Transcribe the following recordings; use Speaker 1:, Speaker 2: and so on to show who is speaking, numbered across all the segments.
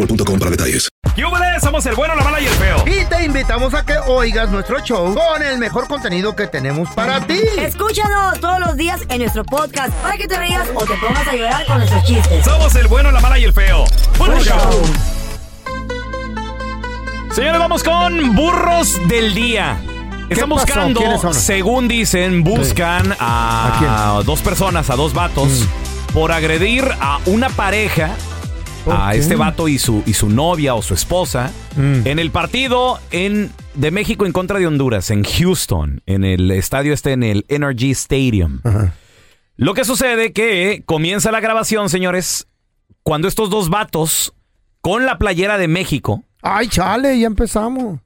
Speaker 1: para detalles.
Speaker 2: ¡Yúbales! Somos el bueno, la mala y el feo.
Speaker 3: Y te invitamos a que oigas nuestro show con el mejor contenido que tenemos para ti.
Speaker 4: Escúchanos todos los días en nuestro podcast para que te rías o te pongas a llorar con nuestros chistes.
Speaker 2: Somos el bueno, la mala y el feo. ¡Puro show! Señores, vamos con burros del día. Están
Speaker 3: pasó?
Speaker 2: buscando,
Speaker 3: ¿Quiénes son?
Speaker 2: según dicen, buscan a, dos personas, a dos vatos,
Speaker 3: Mm.
Speaker 2: por agredir a una pareja, a este vato y su, y su novia o su esposa,
Speaker 3: Mm.
Speaker 2: en el partido en, de México en contra de Honduras, en Houston, en el estadio este, en el Energy Stadium. Lo que sucede que comienza la grabación, señores, cuando estos dos vatos, con la playera de México,
Speaker 3: Ay, chale, ya empezamos.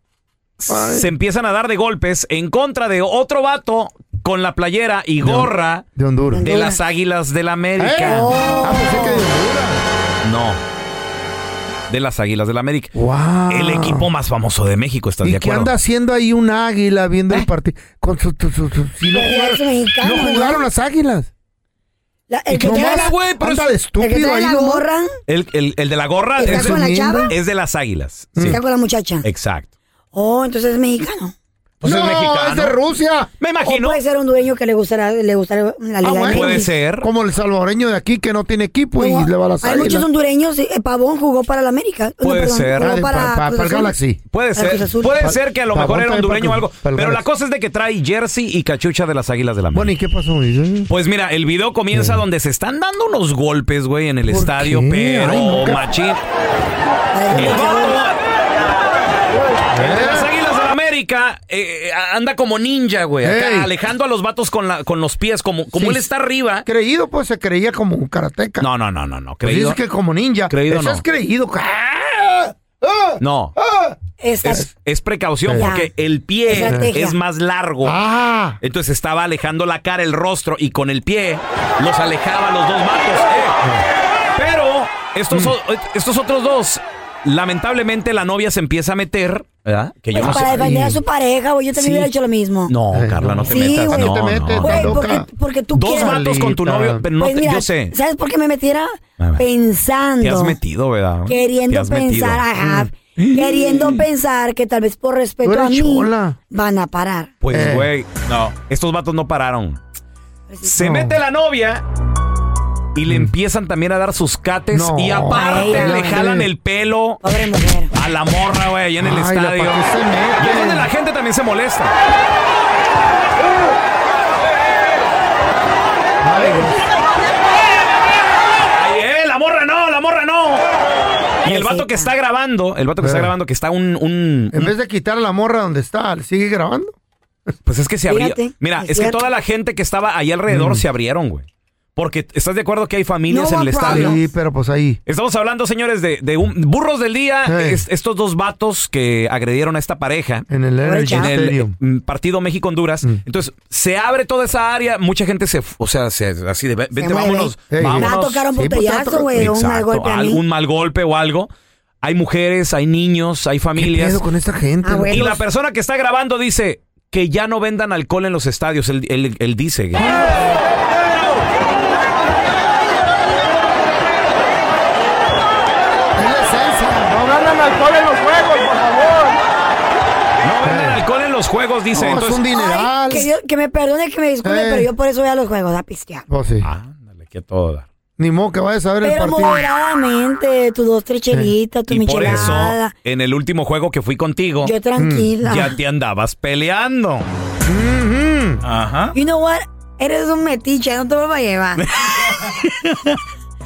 Speaker 3: Ay.
Speaker 2: se empiezan a dar de golpes en contra de otro vato con la playera y gorra
Speaker 3: De Honduras.
Speaker 2: de las Águilas del
Speaker 4: Eh,
Speaker 2: América. Ah,
Speaker 3: Ah,
Speaker 4: oh.
Speaker 3: pensé que de Honduras.
Speaker 2: No. De las Águilas del América.
Speaker 3: Wow.
Speaker 2: El equipo más famoso de México, ¿estás de
Speaker 3: ¿Y qué
Speaker 2: acuerdo?
Speaker 3: anda haciendo ahí un águila viendo el partido? Con su, su- su- su- si no
Speaker 4: Pero es
Speaker 3: jugaron,
Speaker 4: mexicano,
Speaker 3: no
Speaker 4: ¿no?
Speaker 3: jugaron las águilas.
Speaker 4: La- el,
Speaker 3: ¿Y
Speaker 4: que
Speaker 3: qué más,
Speaker 4: trae la,
Speaker 3: güey? Pero anda de
Speaker 4: el que
Speaker 3: estúpido
Speaker 4: trae
Speaker 3: ahí,
Speaker 4: la
Speaker 3: ¿no?
Speaker 4: gorra,
Speaker 2: El, el- el de la gorra
Speaker 4: que
Speaker 2: es,
Speaker 4: está con la chava,
Speaker 2: es de las Águilas. Sí,
Speaker 4: está con la muchacha.
Speaker 2: Exacto.
Speaker 4: Oh, entonces es mexicano.
Speaker 2: Pues
Speaker 3: no,
Speaker 2: es mexicano.
Speaker 3: es de Rusia.
Speaker 2: Me
Speaker 4: O
Speaker 2: imagino. Ah,
Speaker 4: puede ser un dueño que le gustará, le gustará la liga. de
Speaker 3: Ah, bueno.
Speaker 2: Puede
Speaker 4: MX.
Speaker 2: ser.
Speaker 3: Como el salvadoreño de aquí que no tiene equipo y
Speaker 4: Como-
Speaker 3: le va a las
Speaker 4: hay
Speaker 3: águilas.
Speaker 4: muchos hondureños. eh, Pavón jugó para la América. No,
Speaker 2: Puede
Speaker 4: perdón,
Speaker 2: ser.
Speaker 4: jugó
Speaker 3: Ah, de-
Speaker 4: para,
Speaker 3: pa- pa-
Speaker 4: Cruz
Speaker 3: para el
Speaker 4: Azul.
Speaker 3: Galaxy.
Speaker 2: Puede
Speaker 4: Para Cruz
Speaker 2: ser,
Speaker 4: Azul.
Speaker 2: puede
Speaker 3: Pa-
Speaker 2: ser que a lo
Speaker 3: pa-
Speaker 2: mejor
Speaker 3: pa-
Speaker 2: era
Speaker 3: pa-
Speaker 2: hondureño o
Speaker 3: pa-
Speaker 2: algo.
Speaker 3: pa-
Speaker 2: Pero la
Speaker 3: Galaxy.
Speaker 2: cosa es de que trae jersey y cachucha de las Águilas del
Speaker 3: Bueno,
Speaker 2: América.
Speaker 3: ¿y qué pasó? ¿Eh?
Speaker 2: Pues mira, el video comienza donde se están dando unos golpes, güey, en el
Speaker 3: Mm. ¿Por
Speaker 2: estadio,
Speaker 3: qué?
Speaker 2: pero
Speaker 3: Ay, no, qué-
Speaker 2: machín.
Speaker 4: Para el-
Speaker 2: El vato
Speaker 3: Eh.
Speaker 2: de las Águilas del América eh, eh, anda como ninja, güey, acá,
Speaker 3: Ey.
Speaker 2: alejando a los vatos con, la, con los pies, como, como
Speaker 3: Sí.
Speaker 2: él está arriba.
Speaker 3: Creído, pues se creía como un karateca.
Speaker 2: No, no, no, no, no,
Speaker 3: Pues
Speaker 2: creído.
Speaker 3: dices que como ninja.
Speaker 2: Creído
Speaker 3: Eso
Speaker 2: no.
Speaker 3: es creído. ¡Ah! ¡Ah!
Speaker 2: No,
Speaker 3: ¡Ah!
Speaker 4: Esta-
Speaker 2: es, es precaución
Speaker 4: Ya.
Speaker 2: porque el pie
Speaker 4: Estrategia.
Speaker 2: es más largo.
Speaker 3: Eh. ¡Ah!
Speaker 2: Entonces estaba alejando la cara, el rostro y con el pie los alejaba a los dos vatos. eh. Pero
Speaker 3: Mm.
Speaker 2: estos, o- estos otros dos, lamentablemente la novia se empieza a meter. ¿Verdad? Que yo
Speaker 4: Pues
Speaker 2: no sé.
Speaker 4: para defender a su pareja, güey. Yo también hubiera hecho lo mismo.
Speaker 2: No,
Speaker 3: Ay,
Speaker 2: Carla, no,
Speaker 3: no.
Speaker 2: te
Speaker 4: Sí,
Speaker 2: metas.
Speaker 4: güey.
Speaker 2: no,
Speaker 3: Te metes,
Speaker 2: no.
Speaker 4: Güey,
Speaker 3: loca.
Speaker 4: porque, porque tú
Speaker 2: Dos
Speaker 4: quieres.
Speaker 2: vatos con tu
Speaker 3: Maldita.
Speaker 2: novio, pero no
Speaker 4: Pues
Speaker 2: te-
Speaker 4: mira,
Speaker 2: yo sé.
Speaker 4: ¿Sabes por qué me metiera?
Speaker 2: A ver.
Speaker 4: Pensando.
Speaker 2: Te has metido, ¿verdad? Te
Speaker 4: Queriendo
Speaker 2: has metido.
Speaker 4: pensar, ajá. Queriendo pensar que tal vez por respeto
Speaker 3: Tú
Speaker 4: a
Speaker 3: eres
Speaker 4: mí
Speaker 3: chola.
Speaker 4: van a parar.
Speaker 2: Pues,
Speaker 3: Eh.
Speaker 2: güey, no. Estos vatos no pararon. Se
Speaker 3: No.
Speaker 2: mete la novia y le empiezan también a dar sus cates
Speaker 3: No.
Speaker 2: y aparte
Speaker 4: Ay,
Speaker 2: le
Speaker 4: no.
Speaker 2: jalan el pelo
Speaker 4: Pobre mujer.
Speaker 2: a la morra, güey, ahí en el
Speaker 3: Ay, la-
Speaker 2: estadio.
Speaker 3: ¿para qué se mete?
Speaker 2: Y es donde la gente también se molesta.
Speaker 3: Ay, güey.
Speaker 2: Ay, eh, la morra no, la morra no. Y el vato que está grabando, el vato que está
Speaker 3: Eh.
Speaker 2: grabando, que está un, un-
Speaker 3: En vez de quitar a la morra donde está, ¿sigue grabando?
Speaker 2: Pues es que se abrió.
Speaker 4: Fíjate,
Speaker 2: Mira,
Speaker 4: es
Speaker 2: es que
Speaker 4: cierto.
Speaker 2: toda la gente que estaba ahí alrededor se abrieron, güey. Porque estás de acuerdo que hay familias
Speaker 4: No
Speaker 2: en
Speaker 4: one
Speaker 2: el estadio.
Speaker 4: problem.
Speaker 3: Sí, pero pues ahí.
Speaker 2: Estamos hablando, señores, de, de un- burros del día.
Speaker 3: Hey.
Speaker 2: Es- estos dos vatos que agredieron a esta pareja.
Speaker 3: En el Energy
Speaker 4: ya.
Speaker 2: en el
Speaker 3: Stadium. Mm.
Speaker 2: mm, partido México-Honduras. Entonces, se abre toda esa área. Mucha gente se, o sea, se- así de, "Ve- vente,
Speaker 4: mueve.
Speaker 2: vámonos.
Speaker 3: Ey.
Speaker 4: Me va a
Speaker 2: vámonos.
Speaker 4: tocar un
Speaker 3: Sí, pues,
Speaker 4: botellazo,
Speaker 3: te-
Speaker 4: güey. Un mal
Speaker 2: Exacto,
Speaker 4: golpe a mí.
Speaker 2: algún mal golpe o algo. hay mujeres, hay niños, hay familias.
Speaker 5: pedo con esta gente?
Speaker 4: Ah, bueno.
Speaker 2: Y la persona que está grabando dice que ya no vendan alcohol en los estadios. Él, él- él dice.
Speaker 3: Es la esencia. No ganan alcohol en los juegos, por
Speaker 2: Ah,
Speaker 3: favor.
Speaker 2: No vendan alcohol en los juegos, dice.
Speaker 3: No, es
Speaker 2: Entonces,
Speaker 3: un dineral.
Speaker 4: Ay, que, Dios- que me perdone que me disculpe,
Speaker 5: Pues, Eh.
Speaker 4: pero yo por eso voy a los juegos a pistear.
Speaker 5: Pues sí.
Speaker 2: ándale, que todo da.
Speaker 5: Ni modo que vayas a ver el
Speaker 4: Pero
Speaker 5: partido.
Speaker 4: moderadamente, tus dos trichelitas, tu
Speaker 2: Y por eso,
Speaker 4: michelada.
Speaker 2: en el último juego que fui contigo,
Speaker 4: Yo tranquila.
Speaker 2: ya te andabas peleando.
Speaker 5: Mm-hmm.
Speaker 2: Ajá.
Speaker 4: You know what? Eres un metiche, no te vuelvo a llevar. No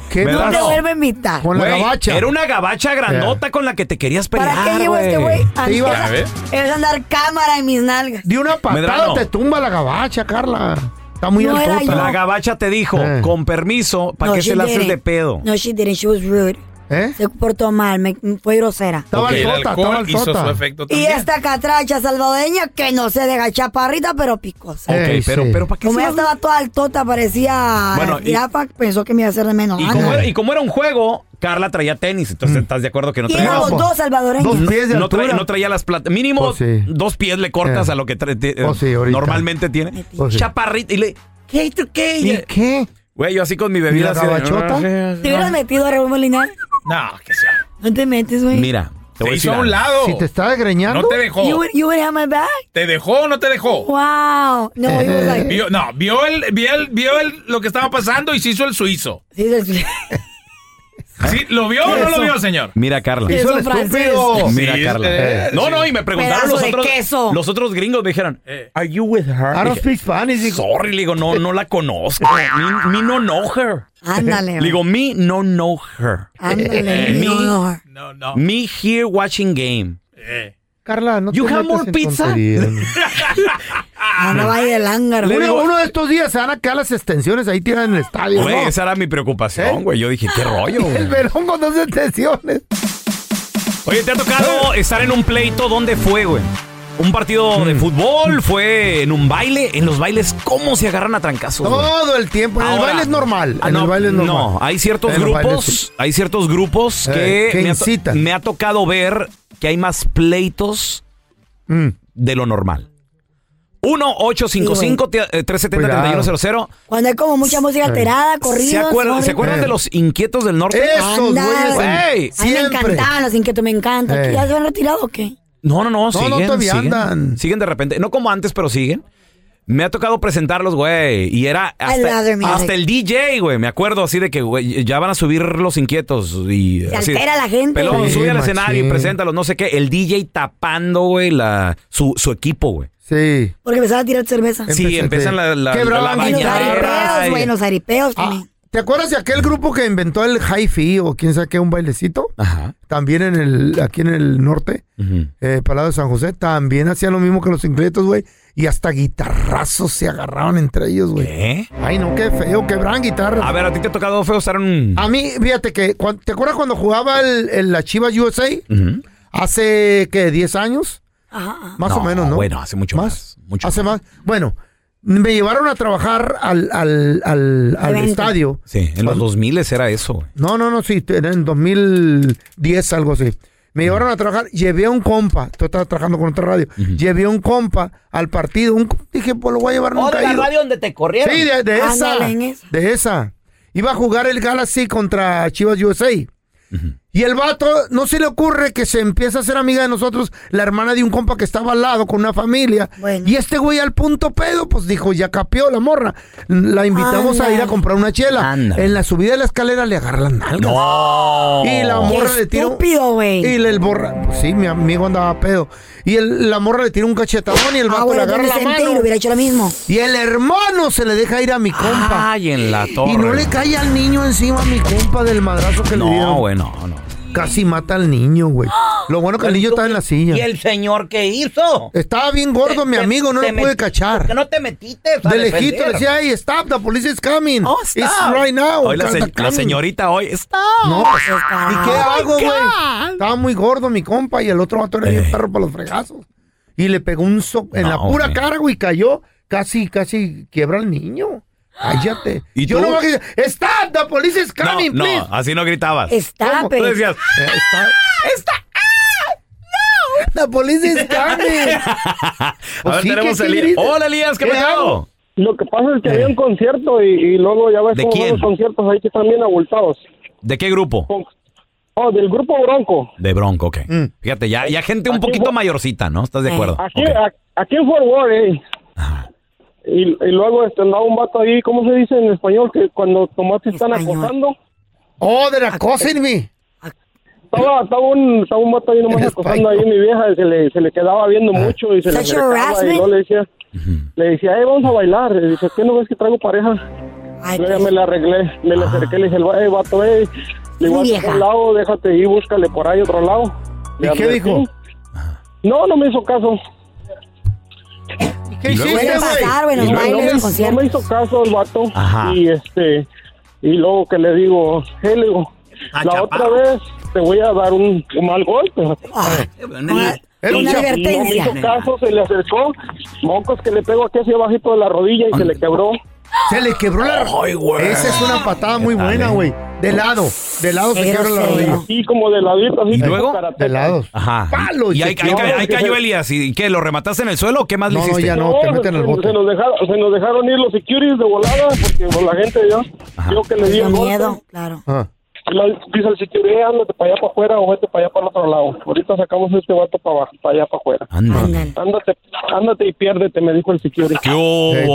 Speaker 5: ¿Qué
Speaker 2: Me das-
Speaker 4: te
Speaker 2: no.
Speaker 4: vuelvo a invitar.
Speaker 5: Con la
Speaker 2: Güey,
Speaker 5: gabacha.
Speaker 2: Era una gabacha grandota con la que te querías pelear.
Speaker 4: ¿Para qué llevo a este güey?
Speaker 5: Te iba-
Speaker 4: a- Es andar cámara en mis nalgas.
Speaker 5: De una
Speaker 2: Medrano.
Speaker 5: patada te tumba la gabacha, Carla. Está muy
Speaker 4: No era
Speaker 5: altota.
Speaker 4: yo.
Speaker 2: La gabacha te dijo,
Speaker 5: Eh.
Speaker 2: con permiso, ¿para
Speaker 4: No,
Speaker 2: qué
Speaker 4: she
Speaker 2: se la haces
Speaker 4: didn't.
Speaker 2: de pedo?
Speaker 4: No, she didn't. She was rude.
Speaker 5: ¿Eh?
Speaker 4: Se portó mal, me, fue grosera.
Speaker 5: Estaba
Speaker 6: Ok, el
Speaker 5: altota, estaba
Speaker 6: alcohol hizo su
Speaker 5: altota.
Speaker 6: efecto
Speaker 4: Y
Speaker 6: también.
Speaker 4: esta catracha salvadoreña que no se deja chaparrita, pero picosa.
Speaker 5: Eh,
Speaker 2: Ok,
Speaker 5: Ey,
Speaker 2: pero,
Speaker 5: sí.
Speaker 2: pero ¿para qué
Speaker 4: Como
Speaker 2: se
Speaker 4: ella
Speaker 2: la-
Speaker 4: estaba toda altota, parecía
Speaker 2: Bueno, y-
Speaker 4: jirafa, pensó que me iba a hacer de menos.
Speaker 2: y,
Speaker 4: Ah,
Speaker 2: como
Speaker 4: no.
Speaker 2: era, y como era un juego, Carla traía tenis, entonces estás de acuerdo que no
Speaker 4: Y
Speaker 2: traía...
Speaker 4: éramos
Speaker 5: pues,
Speaker 4: dos salvadoreños.
Speaker 5: Mm. dos pies de
Speaker 2: No traía,
Speaker 5: altura.
Speaker 2: no traía las plata. Mínimo
Speaker 5: Pues sí.
Speaker 2: dos pies le cortas
Speaker 5: Eh.
Speaker 2: a lo que tra- te-
Speaker 5: Pues sí, ahorita.
Speaker 2: normalmente tiene.
Speaker 5: Pues sí.
Speaker 2: Chaparrita. Y le. ¿Qué? ¿Tú
Speaker 5: ¿Y
Speaker 2: qué?
Speaker 5: qué?
Speaker 2: Güey, yo así con mi
Speaker 5: ¿Y
Speaker 2: bebida.
Speaker 5: la
Speaker 2: así de- "Ah,
Speaker 5: gabachota?
Speaker 4: ¿Te hubieras metido a Raúl Molinar?
Speaker 6: No, que sea.
Speaker 4: No te metes, güey.
Speaker 2: Mira, te
Speaker 6: Te
Speaker 2: voy a
Speaker 6: hizo
Speaker 2: decir
Speaker 6: a un
Speaker 2: algo.
Speaker 6: lado.
Speaker 5: Si te está desgreñando.
Speaker 6: No te dejó.
Speaker 4: You would, you would have my back?
Speaker 6: ¿Te dejó o no te dejó?
Speaker 4: Wow. No, he was like,
Speaker 6: Vio, no, vio, el, vio, el, vio el, lo que estaba pasando y se hizo el suizo.
Speaker 4: sí, sí, sí.
Speaker 6: ¿Sí? ¿Lo vio o no lo vio, señor?
Speaker 2: Mira, Carla.
Speaker 4: Hizo el estúpido.
Speaker 2: Mira,
Speaker 6: Sí,
Speaker 2: Carla.
Speaker 6: eh,
Speaker 2: este, no, no, y me preguntaron
Speaker 4: Pedazo
Speaker 2: los
Speaker 4: de
Speaker 2: otros,
Speaker 4: queso.
Speaker 2: los otros gringos. Me dijeron, ¿Are you with her?
Speaker 5: I don't
Speaker 2: Dije,
Speaker 5: speak Spanish, hijo.
Speaker 2: Sorry, le digo, no, no la conozco. Me, me no know her.
Speaker 4: Ándale.
Speaker 2: Le
Speaker 4: güey.
Speaker 2: digo, me no know her.
Speaker 4: Ándale.
Speaker 2: Mi-
Speaker 4: no, no.
Speaker 6: No, no.
Speaker 2: Me here watching game.
Speaker 5: Carla, no
Speaker 2: You
Speaker 5: te
Speaker 2: have
Speaker 5: metas
Speaker 2: more
Speaker 5: en
Speaker 2: pizza?
Speaker 5: tonterías, no.
Speaker 4: Ah, no vaya el ángaro.
Speaker 2: Le
Speaker 5: uno,
Speaker 2: digo-
Speaker 5: uno de estos días se van a quedar las extensiones ahí tiradas en el estadio.
Speaker 2: Güey,
Speaker 5: ¿no?
Speaker 2: esa era mi
Speaker 5: ¿Eh?
Speaker 2: preocupación, güey. Yo dije, qué rollo. güey?
Speaker 5: El verón con dos extensiones.
Speaker 2: Oye, ¿te ha tocado estar en un pleito? ¿Dónde fue, güey? ¿Un
Speaker 5: Mm.
Speaker 2: partido de fútbol? ¿Fue en un baile? En los bailes, ¿cómo se agarran a trancazos? güey?
Speaker 5: Todo el tiempo. En el
Speaker 2: Ahora-
Speaker 5: baile es normal.
Speaker 2: Ah,
Speaker 5: en
Speaker 2: no,
Speaker 5: el baile es normal.
Speaker 2: No, hay ciertos
Speaker 5: En el
Speaker 2: grupos,
Speaker 5: baile sí.
Speaker 2: hay ciertos grupos
Speaker 5: Eh,
Speaker 2: que,
Speaker 5: que
Speaker 2: me, ha to-
Speaker 5: incitan.
Speaker 2: me ha tocado ver que hay más pleitos
Speaker 5: Mm.
Speaker 2: de lo normal. eh, 1-855-370-3100.
Speaker 4: Cuando hay como mucha música alterada, corridos.
Speaker 2: ¿Se acuerdan,
Speaker 4: sorry.
Speaker 2: ¿Se acuerdan
Speaker 5: Eh.
Speaker 2: de los inquietos del norte?
Speaker 5: Esos
Speaker 4: Anda,
Speaker 5: güeyes.
Speaker 2: güey.
Speaker 4: A mí me
Speaker 5: siempre.
Speaker 4: encantaban los inquietos, me encanta.
Speaker 5: Eh.
Speaker 4: ¿Ya se han retirado o qué?
Speaker 2: No, no, no, siguen,
Speaker 5: no, todavía
Speaker 2: siguen.
Speaker 5: andan.
Speaker 2: Siguen de repente, no como antes, pero siguen. Me ha tocado presentarlos, güey, y era hasta,
Speaker 4: love their music.
Speaker 2: hasta el DJ, güey, me acuerdo así de que, güey, ya van a subir los inquietos y
Speaker 4: Se
Speaker 2: así,
Speaker 4: altera la gente.
Speaker 2: Pelón,
Speaker 5: Sí,
Speaker 2: sube al
Speaker 5: machín.
Speaker 2: escenario y preséntalos, no sé qué, el DJ tapando, güey, la su, su equipo, güey.
Speaker 5: Sí.
Speaker 4: Porque empezaban a tirar cerveza.
Speaker 5: Empezó-
Speaker 2: Sí, empiezan
Speaker 5: sí.
Speaker 2: la, la,
Speaker 5: Quebraban
Speaker 2: la
Speaker 4: En los
Speaker 5: ya,
Speaker 2: bañadera
Speaker 4: aripeos,
Speaker 2: y-
Speaker 4: güey, en los aripeos también.
Speaker 5: Ah, ¿Te acuerdas de aquel grupo que inventó el hi-fi o quién sabe qué, un bailecito?
Speaker 2: Ajá.
Speaker 5: También en el, aquí en el norte,
Speaker 2: Ujú.
Speaker 5: eh, Palado de San José, también hacían lo mismo que los incletos, güey. Y hasta guitarrazos se agarraron entre ellos, güey.
Speaker 2: ¿Eh?
Speaker 5: Ay, no, qué feo, quebraban guitarras.
Speaker 2: A ver, a ti te ha tocado feo usar un...
Speaker 5: A mí, fíjate que, cuan- ¿te acuerdas cuando jugaba el, el- la Chivas USA?
Speaker 2: Ujú.
Speaker 5: Hace, ¿qué? ¿10 años?
Speaker 4: Ajá, ajá.
Speaker 5: Más o
Speaker 2: No,
Speaker 5: menos, ¿no?
Speaker 2: bueno, hace mucho más, mucho
Speaker 5: hace más. Bueno, me llevaron a trabajar al, al, al, al
Speaker 4: Evento.
Speaker 5: estadio.
Speaker 2: Sí, en los 2000 era eso, güey.
Speaker 5: No, no, no, sí, en el 2010, algo así. Me llevaron a trabajar, llevé a un compa, tú estabas trabajando con otra radio, llevé a un compa al partido, un- dije, pues lo voy a llevar
Speaker 2: Oh,
Speaker 5: nunca he ido.
Speaker 2: donde te corrieron.
Speaker 5: Sí, de, de
Speaker 4: Ah,
Speaker 5: esa.
Speaker 4: Ándale, en esa.
Speaker 5: De esa. Iba a jugar el Galaxy contra Chivas USA. Y el vato, no se le ocurre que se empieza a ser amiga de nosotros, la hermana de un compa que estaba al lado con una familia.
Speaker 4: Bueno.
Speaker 5: Y este güey al punto pedo, pues dijo, ya capeó la morra. La invitamos a
Speaker 4: Ándale.
Speaker 5: ir a comprar una chela.
Speaker 2: Ándale.
Speaker 5: En la subida de la escalera le agarra las nalgas.
Speaker 2: No.
Speaker 5: Y la morra le tira. un-
Speaker 4: estúpido, güey.
Speaker 5: Y le- el borra. pues sí, mi amigo andaba pedo. Y el- la morra le tira un cachetadón y el vato
Speaker 4: Ah,
Speaker 5: le
Speaker 4: bueno,
Speaker 5: agarra la
Speaker 4: adolescente y
Speaker 5: mano.
Speaker 4: lo hubiera hecho lo mismo.
Speaker 5: Y el hermano se le deja ir a mi compa.
Speaker 2: Ay, en la torre.
Speaker 5: y no le cae al niño encima a mi compa del madrazo que le
Speaker 2: No,
Speaker 5: dieron.
Speaker 2: güey, no, no.
Speaker 5: Casi mata al niño, güey. Lo bueno que el niño estaba en la silla.
Speaker 2: señor que hizo?
Speaker 5: Estaba bien gordo mi amigo, no lo pude cachar.
Speaker 2: no te metiste?
Speaker 5: De lejito le decía, hey, stop, the police is coming.
Speaker 2: Oh,
Speaker 5: It's
Speaker 2: stop. Oh,
Speaker 5: right now.
Speaker 2: Hoy la, se-
Speaker 5: Está
Speaker 2: la
Speaker 5: coming.
Speaker 2: señorita hoy está.
Speaker 5: No, pues, ¿y qué
Speaker 4: Ah,
Speaker 2: oh,
Speaker 5: hago, güey? Estaba muy gordo mi compa y el otro vato era
Speaker 2: Eh.
Speaker 5: bien perro para los fregazos. Y le pegó un so en la
Speaker 2: No,
Speaker 5: pura
Speaker 2: güey.
Speaker 5: cara, güey, cayó. Casi, casi quiebra al niño. Cállate.
Speaker 2: ¿Y
Speaker 5: Yo
Speaker 2: tú?
Speaker 5: no voy a decir, ¡Stop! ¡The police is
Speaker 2: No,
Speaker 5: coming,
Speaker 2: no,
Speaker 5: please!
Speaker 2: así no gritabas.
Speaker 5: Está,
Speaker 4: pues.
Speaker 2: Tú decías,
Speaker 5: Eh, Está. Está.
Speaker 2: ah,
Speaker 5: ¡No! ¡The police is coming! Pues
Speaker 2: a ver,
Speaker 5: sí,
Speaker 2: tenemos
Speaker 5: ¿qué-
Speaker 2: a
Speaker 5: qué
Speaker 2: Elías.
Speaker 5: gritas?
Speaker 2: Hola, Elías, ¿qué
Speaker 5: ¿Qué
Speaker 2: pasado?
Speaker 5: hago?
Speaker 7: Lo que pasa es que había un concierto y, y luego ya ves
Speaker 2: Eh. ¿De
Speaker 7: cómo van
Speaker 2: quién?
Speaker 7: los conciertos ahí que están bien abultados.
Speaker 2: ¿De qué grupo?
Speaker 7: Oh, del grupo Bronco.
Speaker 2: De Bronco, ok.
Speaker 5: Mm.
Speaker 2: Fíjate, ya, ya gente un poquito mayorcita, ¿no?
Speaker 5: Eh.
Speaker 2: ¿Estás de acuerdo?
Speaker 7: Aquí, a- aquí en Fort Worth, eh. Y, y luego este, andaba un vato ahí, ¿cómo se dice en español? Que cuando tomates están acosando.
Speaker 5: Oh, de la cosa en mí.
Speaker 7: Estaba, estaba, un, estaba un vato ahí nomás acosando ahí a mi vieja, y se le, se le quedaba viendo
Speaker 2: Ah.
Speaker 7: mucho y se le
Speaker 4: Sexual
Speaker 7: acercaba y
Speaker 4: harassment.
Speaker 7: no le decía, le decía, eh, vamos a bailar. Le dice, ¿qué no ves que traigo pareja? Luego
Speaker 4: pues.
Speaker 7: ya me la arreglé, me la acerqué, le dije, eh, vato, eh,
Speaker 4: Mi
Speaker 7: le digo, "Hazte
Speaker 4: Ah. vieja.
Speaker 7: un lado, déjate ir, búscale por ahí otro lado.
Speaker 5: ¿Y
Speaker 7: Le
Speaker 5: qué
Speaker 7: advertí.
Speaker 5: dijo?
Speaker 7: No, no me hizo caso.
Speaker 5: ¿Qué hiciste,
Speaker 4: Puede pasar, güey, en los
Speaker 7: Y luego
Speaker 4: bailes,
Speaker 7: no
Speaker 4: en
Speaker 7: me-
Speaker 4: los conciertos.
Speaker 7: No me hizo caso el vato. Y este, y luego que le digo, "Hey", le digo,
Speaker 5: Ah,
Speaker 7: la otra vez te voy a dar un, un mal golpe.
Speaker 4: Era un
Speaker 7: Y
Speaker 4: chavo.
Speaker 7: No me hizo
Speaker 4: Ah, advertencia.
Speaker 7: caso, se le acercó, mocos que le pego aquí hacia abajito de la rodilla y se le quebró.
Speaker 5: Se le quebró la Esa es una patada muy buena, güey.
Speaker 4: Pues,
Speaker 5: De lado. De lado se quebra la rodilla.
Speaker 7: Así como de ladito, así.
Speaker 2: ¿Y luego?
Speaker 5: De lado.
Speaker 2: Ajá.
Speaker 5: Palo,
Speaker 2: y
Speaker 5: y
Speaker 2: ahí,
Speaker 5: se
Speaker 2: ahí
Speaker 5: quedó.
Speaker 2: ca- ahí cayó Elías. ¿Y qué? ¿Lo remataste en el suelo o qué más le
Speaker 5: No, no,
Speaker 2: hiciste?
Speaker 5: ya no, te meten al
Speaker 7: se,
Speaker 5: bote.
Speaker 7: se nos dejaron, se nos dejaron ir los securities de volada porque pues, la gente ya, yo que le di el golpe.
Speaker 4: miedo, claro.
Speaker 7: Y la- dice el security, "Eh, ándate para allá para afuera o vete para allá para el otro lado. Ahorita sacamos este vato para abajo, para allá para afuera.
Speaker 4: Ándale.
Speaker 7: Ándate, ándate y piérdete, me dijo el security.
Speaker 5: Eh,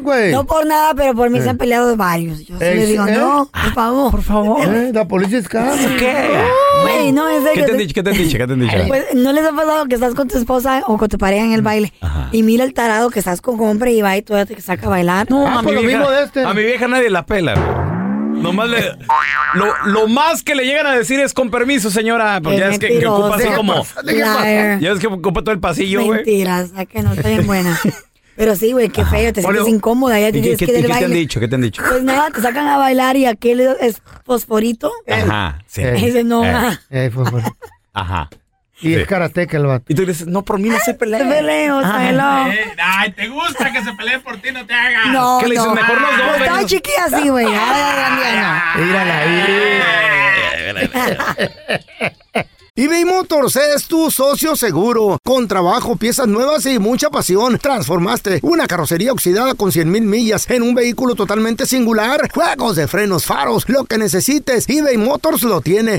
Speaker 5: güey.
Speaker 4: No por nada, pero por mí se han peleado varios. Yo sí
Speaker 5: Eh,
Speaker 4: les digo,
Speaker 5: ¿eh?
Speaker 4: no, por favor, por favor.
Speaker 5: Eh, la policía es cara.
Speaker 4: ¿Qué? Güey, no,
Speaker 5: pues,
Speaker 4: en
Speaker 2: ¿Qué
Speaker 4: serio.
Speaker 2: te han dicho? ¿Qué te han dicho? ¿Qué te han dicho?
Speaker 4: Pues, ¿no les ha pasado que estás con tu esposa o con tu pareja
Speaker 2: Mm.
Speaker 4: en el baile? Y mira el tarado que estás con hombre y va y todavía te saca a bailar. No,
Speaker 8: Ah,
Speaker 2: a, mi vieja,
Speaker 8: este.
Speaker 4: este.
Speaker 2: a mi vieja nadie la pela, güey. Nomás le- lo, lo más que le llegan a decir es con permiso, señora. Pues
Speaker 4: Qué
Speaker 2: ya es que, que ocupa así
Speaker 4: mentiroso.
Speaker 2: como.
Speaker 4: Liar.
Speaker 2: Ya es que ocupa todo el pasillo, güey.
Speaker 4: Mentiras, ¿a que no está bien buena. Pero sí, güey, qué feo, te sientes
Speaker 2: Bueno,
Speaker 4: incómoda, ya te
Speaker 2: ¿Y qué,
Speaker 4: tienes
Speaker 2: qué-
Speaker 4: que ir
Speaker 2: y
Speaker 4: al
Speaker 2: qué te han
Speaker 4: baile.
Speaker 2: dicho? ¿Qué te han dicho?
Speaker 4: Pues nada, te sacan a bailar y aquel es fosforito.
Speaker 2: Ajá. Sí.
Speaker 4: Ese no
Speaker 2: Eh,
Speaker 4: va.
Speaker 5: Eh, pues, bueno.
Speaker 2: Ajá.
Speaker 5: Y es karateca el vato.
Speaker 2: Y tú dices, no, por mí no se pelea.
Speaker 4: Se pelea, o sea, Pues, hello.
Speaker 6: Ah, eh, Ay, te gusta que se peleen por ti, no te hagas.
Speaker 4: No,
Speaker 6: ¿Qué le
Speaker 4: no.
Speaker 6: dices? Mejor los dos,
Speaker 4: Pues Estaba
Speaker 6: venidos.
Speaker 4: chiquilla así, güey. Ay,
Speaker 5: Mírala eBay Motors es tu socio seguro. Con trabajo, piezas nuevas y mucha pasión. Transformaste una carrocería oxidada con 100 mil millas en un vehículo totalmente singular. Juegos de frenos, faros, lo que necesites. eBay Motors lo tiene.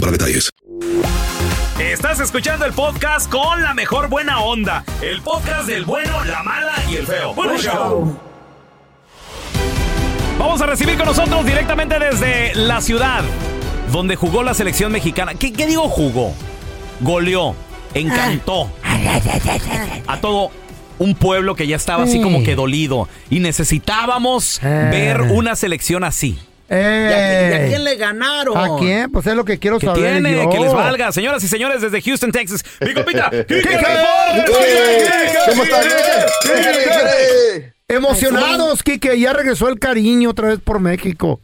Speaker 1: para detalles.
Speaker 2: Estás escuchando el podcast con la mejor buena onda. El podcast del bueno, la mala y el feo. Bueno, show. Vamos a recibir con nosotros directamente desde la ciudad donde jugó la selección mexicana. ¿Qué, qué digo jugó? Goleó, encantó a todo un pueblo que ya estaba así como que dolido y necesitábamos ver una selección así.
Speaker 5: ¿Y
Speaker 2: a quién
Speaker 5: le ganaron? ¿A quién? Pues es lo que quiero
Speaker 2: que
Speaker 5: saber.
Speaker 2: tiene,
Speaker 5: yo.
Speaker 2: que les valga. Señoras y señores, desde Houston, Texas, mi compita, Quique
Speaker 5: ¿Qué?
Speaker 2: Flores.
Speaker 5: ¿Cómo estás, Quique? Quique. Emocionados, Kike, ya regresó el cariño otra vez por México.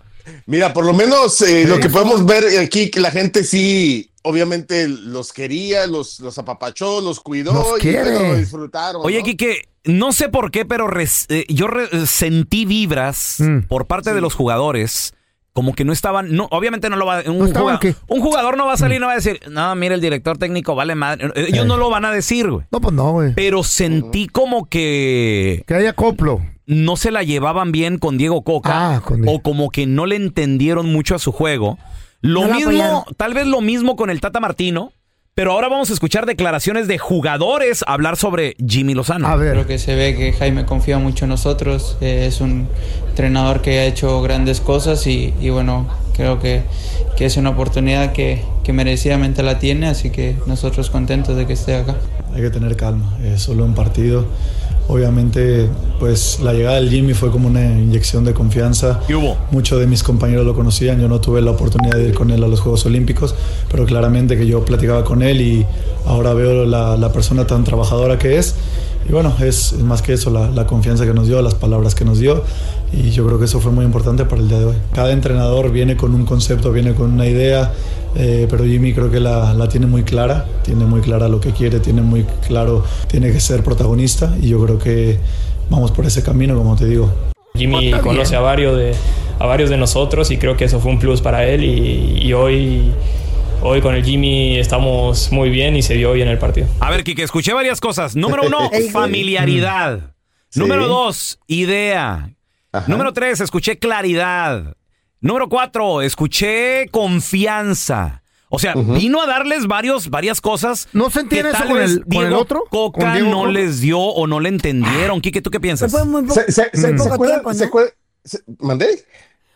Speaker 9: Mira, por lo menos eh, lo que podemos ver aquí, que la gente sí obviamente los quería, los, los apapachó, los cuidó
Speaker 2: Los
Speaker 9: y
Speaker 2: quiere.
Speaker 9: pues, lo disfrutaron.
Speaker 2: Oye,
Speaker 9: ¿no?
Speaker 2: Quique, no sé por qué, pero res- eh, yo re- sentí vibras por parte de los jugadores. Como que no estaban, no, obviamente no lo va un,
Speaker 8: estaban
Speaker 2: jugador, un jugador no va a salir y no va a decir, no, mira, el director técnico vale madre. Eh, Ellos no lo van a decir, güey.
Speaker 8: No, pues no, güey.
Speaker 2: Pero sentí como que.
Speaker 8: Que haya coplo. Ah,
Speaker 2: No se la llevaban bien con Diego Coca. O como que no le entendieron mucho a su juego. Lo
Speaker 8: No la apoyaron.
Speaker 2: mismo, tal vez lo mismo con el Tata Martino. Pero ahora vamos a escuchar declaraciones de jugadores hablar sobre Jimmy Lozano.
Speaker 10: Creo que se ve que Jaime confía mucho en nosotros. eh, es un entrenador que ha hecho grandes cosas y, y bueno, creo que, que es una oportunidad que, que merecidamente la tiene, así que nosotros contentos de que esté acá.
Speaker 11: Hay que tener calma, es solo un partido. Obviamente, pues la llegada del Jimmy fue como una inyección de confianza. Muchos de mis compañeros lo conocían, yo no tuve la oportunidad de ir con él a los Juegos Olímpicos, pero claramente que yo platicaba con él y ahora veo la, la persona tan trabajadora que es. Y bueno, es, es más que eso, la, la confianza que nos dio, las palabras que nos dio, y yo creo que eso fue muy importante para el día de hoy. Cada entrenador viene con un concepto, viene con una idea, eh, pero Jimmy creo que la, la tiene muy clara, tiene muy clara lo que quiere, tiene muy claro, tiene que ser protagonista y yo creo que vamos por ese camino, como te digo.
Speaker 12: Jimmy conoce a varios, de, a varios de nosotros y creo que eso fue un plus para él y, y hoy, hoy con el Jimmy estamos muy bien y se vio bien el partido.
Speaker 2: A ver, Kike, escuché varias cosas. Número uno,
Speaker 12: Ey, güey.
Speaker 2: familiaridad.
Speaker 8: Mm.
Speaker 12: Sí.
Speaker 2: Número dos, idea. Número tres, escuché claridad. Número cuatro, escuché confianza. O sea, vino a darles varios, varias cosas.
Speaker 8: ¿No se entiende
Speaker 2: que
Speaker 8: eso
Speaker 2: tal
Speaker 8: con
Speaker 2: vez
Speaker 8: el- con
Speaker 2: Diego
Speaker 8: el otro?
Speaker 2: Coca
Speaker 8: ¿Con Diego
Speaker 2: no
Speaker 8: Coca? Ah.
Speaker 2: les dio o no le entendieron. Quique, ¿tú qué piensas?
Speaker 9: Se, se- Mm. se- ¿se acuerda- se acuerda- se- ¿Mandé?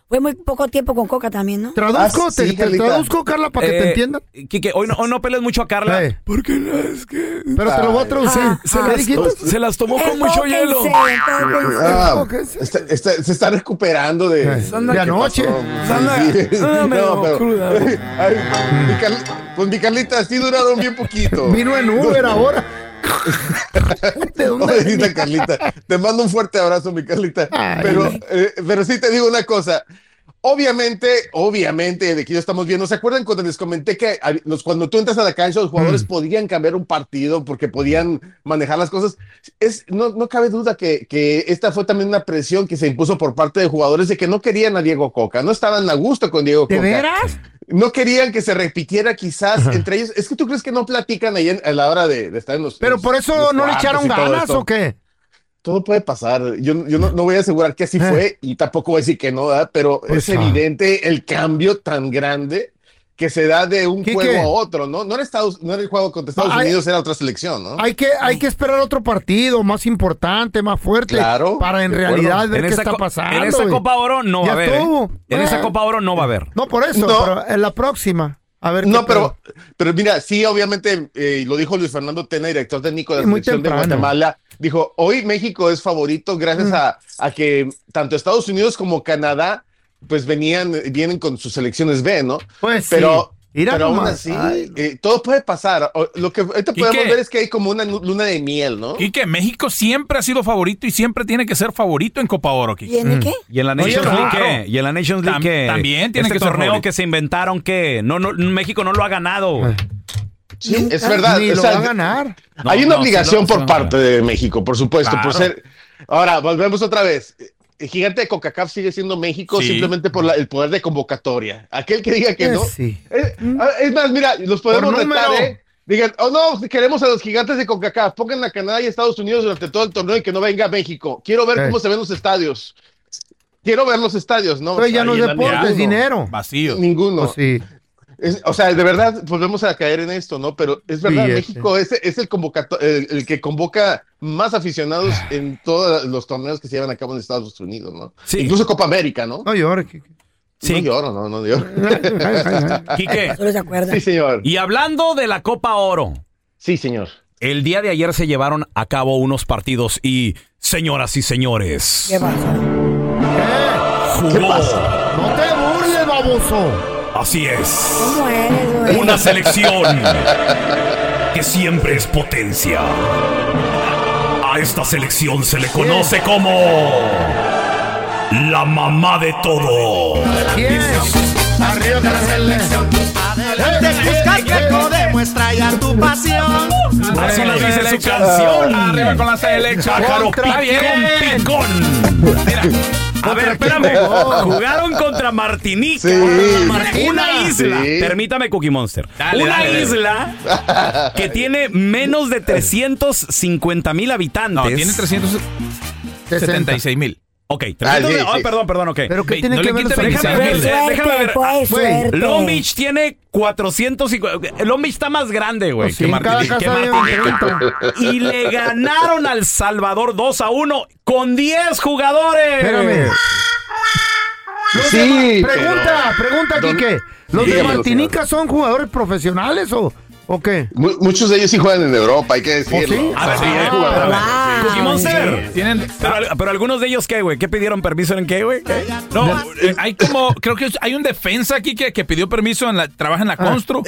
Speaker 4: Fue muy poco tiempo con Coca también, ¿no?
Speaker 8: Traduzco,
Speaker 2: Ah,
Speaker 9: Ah,
Speaker 8: te- te traduzco, Carla, para que te
Speaker 2: Eh,
Speaker 8: entiendan.
Speaker 2: Quique, hoy no, hoy no pelees mucho a Carla. Porque no es que. Pero te lo voy a traducir.
Speaker 8: ¿Qué dijiste?
Speaker 2: Ah, se las tomó con mucho hielo.
Speaker 9: Ah, está- está- se está recuperando de,
Speaker 8: anda- de anoche. Anda- anda medio cruda.
Speaker 9: Ay, mi Carl- pues mi Carlita, sí duraron bien poquito.
Speaker 8: Vino en Uber ahora.
Speaker 9: ¿De Carlita. Te mando un fuerte abrazo, mi Carlita. Pero, eh, pero sí te digo una cosa. Obviamente, obviamente, de que yo estamos viendo. ¿Se acuerdan cuando les comenté que a- los, cuando tú entras a la cancha, los
Speaker 8: Mm.
Speaker 9: jugadores podían cambiar un partido porque podían manejar las cosas? Es, no, no cabe duda que, que esta fue también una presión que se impuso por parte de jugadores de que no querían a Diego Coca, no estaban a gusto con Diego
Speaker 8: ¿De
Speaker 9: Coca.
Speaker 8: veras?
Speaker 9: No querían que se repitiera quizás entre ellos. Es que tú crees que no platican ahí en- a la hora de, de estar en los.
Speaker 8: Pero por eso no le echaron ganas o
Speaker 9: qué?
Speaker 8: qué?
Speaker 9: Todo puede pasar. Yo, yo no, no voy a asegurar que así
Speaker 8: Eh.
Speaker 9: fue y tampoco voy a decir que no, ¿verdad? pero
Speaker 8: Pues,
Speaker 9: es
Speaker 8: ah.
Speaker 9: evidente el cambio tan grande que se da de un
Speaker 8: Quique.
Speaker 9: juego a otro, ¿no? No era, Estados, no era el juego contra Estados
Speaker 8: Ay.
Speaker 9: Unidos, era otra selección, ¿no? Mm.
Speaker 8: Hay que, hay que esperar otro partido más importante, más fuerte.
Speaker 9: Claro,
Speaker 8: Para en
Speaker 9: de acuerdo.
Speaker 8: realidad ver
Speaker 9: En
Speaker 8: qué
Speaker 9: esa
Speaker 8: está
Speaker 9: co-
Speaker 8: pasando.
Speaker 2: en esa
Speaker 8: güey.
Speaker 2: Copa Oro no va
Speaker 8: Ya
Speaker 2: a haber. ¿eh?
Speaker 8: estuvo.
Speaker 2: En esa
Speaker 8: Ah.
Speaker 2: Copa Oro no va a haber.
Speaker 8: No, por eso,
Speaker 9: No.
Speaker 8: pero en la próxima. A ver
Speaker 9: No,
Speaker 8: qué
Speaker 9: pero, pero mira, sí, obviamente, eh, lo dijo Luis Fernando Tena, director técnico de
Speaker 8: Sí,
Speaker 9: la
Speaker 8: muy
Speaker 9: selección de
Speaker 8: temprano. Mm.
Speaker 9: Guatemala. Dijo, hoy México es favorito gracias a, a que tanto Estados Unidos como Canadá, pues venían, vienen con sus selecciones B, ¿no?
Speaker 8: Pues sí.
Speaker 9: pero,
Speaker 8: Mira
Speaker 9: pero aún
Speaker 8: nomás.
Speaker 9: así,
Speaker 8: Ay,
Speaker 9: eh, todo puede pasar. O- Lo que ahorita
Speaker 6: ¿Y
Speaker 9: podemos
Speaker 6: qué?
Speaker 9: ver es que hay como una nu- luna de miel, ¿no?
Speaker 6: Quique, México siempre ha sido favorito y siempre tiene que ser favorito en Copa Oro, Quique.
Speaker 4: ¿Y en el qué?
Speaker 2: Mm. Y en la
Speaker 6: Oye,
Speaker 2: Nations
Speaker 6: claro.
Speaker 2: League, ¿qué? y en la Nations League,
Speaker 6: Tam-
Speaker 2: ¿qué?
Speaker 6: también tiene
Speaker 2: Este
Speaker 6: que ser
Speaker 2: torneo
Speaker 6: favorito.
Speaker 2: que se inventaron que no, no, México no lo ha ganado. güey.
Speaker 9: Sí, es verdad.
Speaker 8: Eh. Ni
Speaker 9: o
Speaker 8: lo
Speaker 9: sea,
Speaker 8: va a ganar.
Speaker 2: No,
Speaker 9: Hay una
Speaker 2: no,
Speaker 9: obligación
Speaker 2: sí, no,
Speaker 9: por
Speaker 2: sí, no.
Speaker 9: parte de México, por supuesto, por
Speaker 2: Claro.
Speaker 9: ser. Ahora, volvemos otra vez. El gigante de Coca-Cola sigue siendo México
Speaker 2: Sí.
Speaker 9: simplemente por la- el poder de convocatoria. Aquel que diga que
Speaker 8: Eh,
Speaker 9: no.
Speaker 8: sí. Mm.
Speaker 9: Eh, ah, Es más, mira, los podemos
Speaker 8: Por
Speaker 9: retar,
Speaker 8: número.
Speaker 9: ¿eh? Digan, oh no, queremos a los gigantes de Coca-Cola. Pongan a Canadá y Estados Unidos durante todo el torneo y que no venga México. Quiero ver
Speaker 8: Eh.
Speaker 9: cómo se ven los estadios. Quiero ver los estadios, ¿no?
Speaker 8: Pero ya no es
Speaker 9: llenan
Speaker 8: deporte, es
Speaker 9: ninguno.
Speaker 8: dinero.
Speaker 6: Vacío.
Speaker 9: Ninguno.
Speaker 8: Pues sí.
Speaker 9: Es- o sea, de verdad, volvemos a caer en esto, ¿no? Pero es verdad,
Speaker 8: Billete.
Speaker 9: México es, es el, convocato- el, el que convoca más aficionados
Speaker 5: Ah.
Speaker 9: en todos los torneos que se llevan a cabo en Estados Unidos, ¿no? Incluso Copa América, ¿no?
Speaker 8: No llores. Kike.
Speaker 9: No lloro, no, no lloro.
Speaker 2: Quique.
Speaker 4: Solo se acuerda.
Speaker 9: Sí, señor.
Speaker 2: Y hablando de la Copa Oro.
Speaker 9: Sí, señor.
Speaker 2: El día de ayer se llevaron a cabo unos partidos y, señoras y señores.
Speaker 4: ¿Qué pasó?
Speaker 2: Jugó.
Speaker 8: No te burles, baboso.
Speaker 2: Así es.
Speaker 4: ¿Cómo eres, güey?
Speaker 2: Una selección que siempre es potencia. A esta selección se le conoce como la mamá de todo.
Speaker 8: ¿Quién? Arriba de la selección.
Speaker 13: Adelante, Cuscatleco, demuestra ya tu pasión.
Speaker 6: Así lo dice su canción. Arriba con la selección. Pájaro
Speaker 2: Contra
Speaker 6: picón, picón. Mira. A ver, espérame.
Speaker 2: Jugaron contra Martinica.
Speaker 6: Martinica.
Speaker 2: Una isla.
Speaker 6: Sí.
Speaker 2: Permítame, Cookie Monster.
Speaker 6: Dale,
Speaker 2: una
Speaker 6: dale, dale.
Speaker 2: isla que tiene menos de 350 mil habitantes.
Speaker 6: No, tiene 376 mil.
Speaker 2: Ok,
Speaker 9: Ah,
Speaker 6: Ah,
Speaker 2: 300 mil. Ay, perdón, perdón, ok.
Speaker 6: Pero
Speaker 2: Ve- no le quiten 26 mil. Déjame ver.
Speaker 6: pues,
Speaker 2: Ah, Long Beach tiene 450. Long Beach está más grande, güey.
Speaker 6: Pues sí, en cada
Speaker 2: Martinique,
Speaker 6: casa
Speaker 2: que
Speaker 6: hay un
Speaker 2: Martinique.
Speaker 6: perrito.
Speaker 2: Y le ganaron al Salvador 2 a 1 con 10 jugadores.
Speaker 5: Espérame. Los de Ma- Pregunta, pregunta, Quique. ¿Los de
Speaker 9: Dígamelo,
Speaker 5: Martinica son jugadores profesionales o, o qué?
Speaker 9: Mu- Muchos de ellos sí juegan en Europa, hay que
Speaker 5: sí?
Speaker 9: decirlo.
Speaker 2: A ver,
Speaker 9: Sí,
Speaker 2: sí,
Speaker 9: hay
Speaker 2: eh,
Speaker 9: jugadores.
Speaker 2: a ver.
Speaker 9: Sí.
Speaker 2: Cookie Monster. Pero, al- pero algunos de ellos, ¿qué, güey? ¿Qué pidieron permiso en qué, güey? ¿Qué?
Speaker 6: No, eh, hay como, creo que es- hay un defensa aquí que, que pidió permiso en la, trabaja en
Speaker 9: Ah.
Speaker 6: la Constru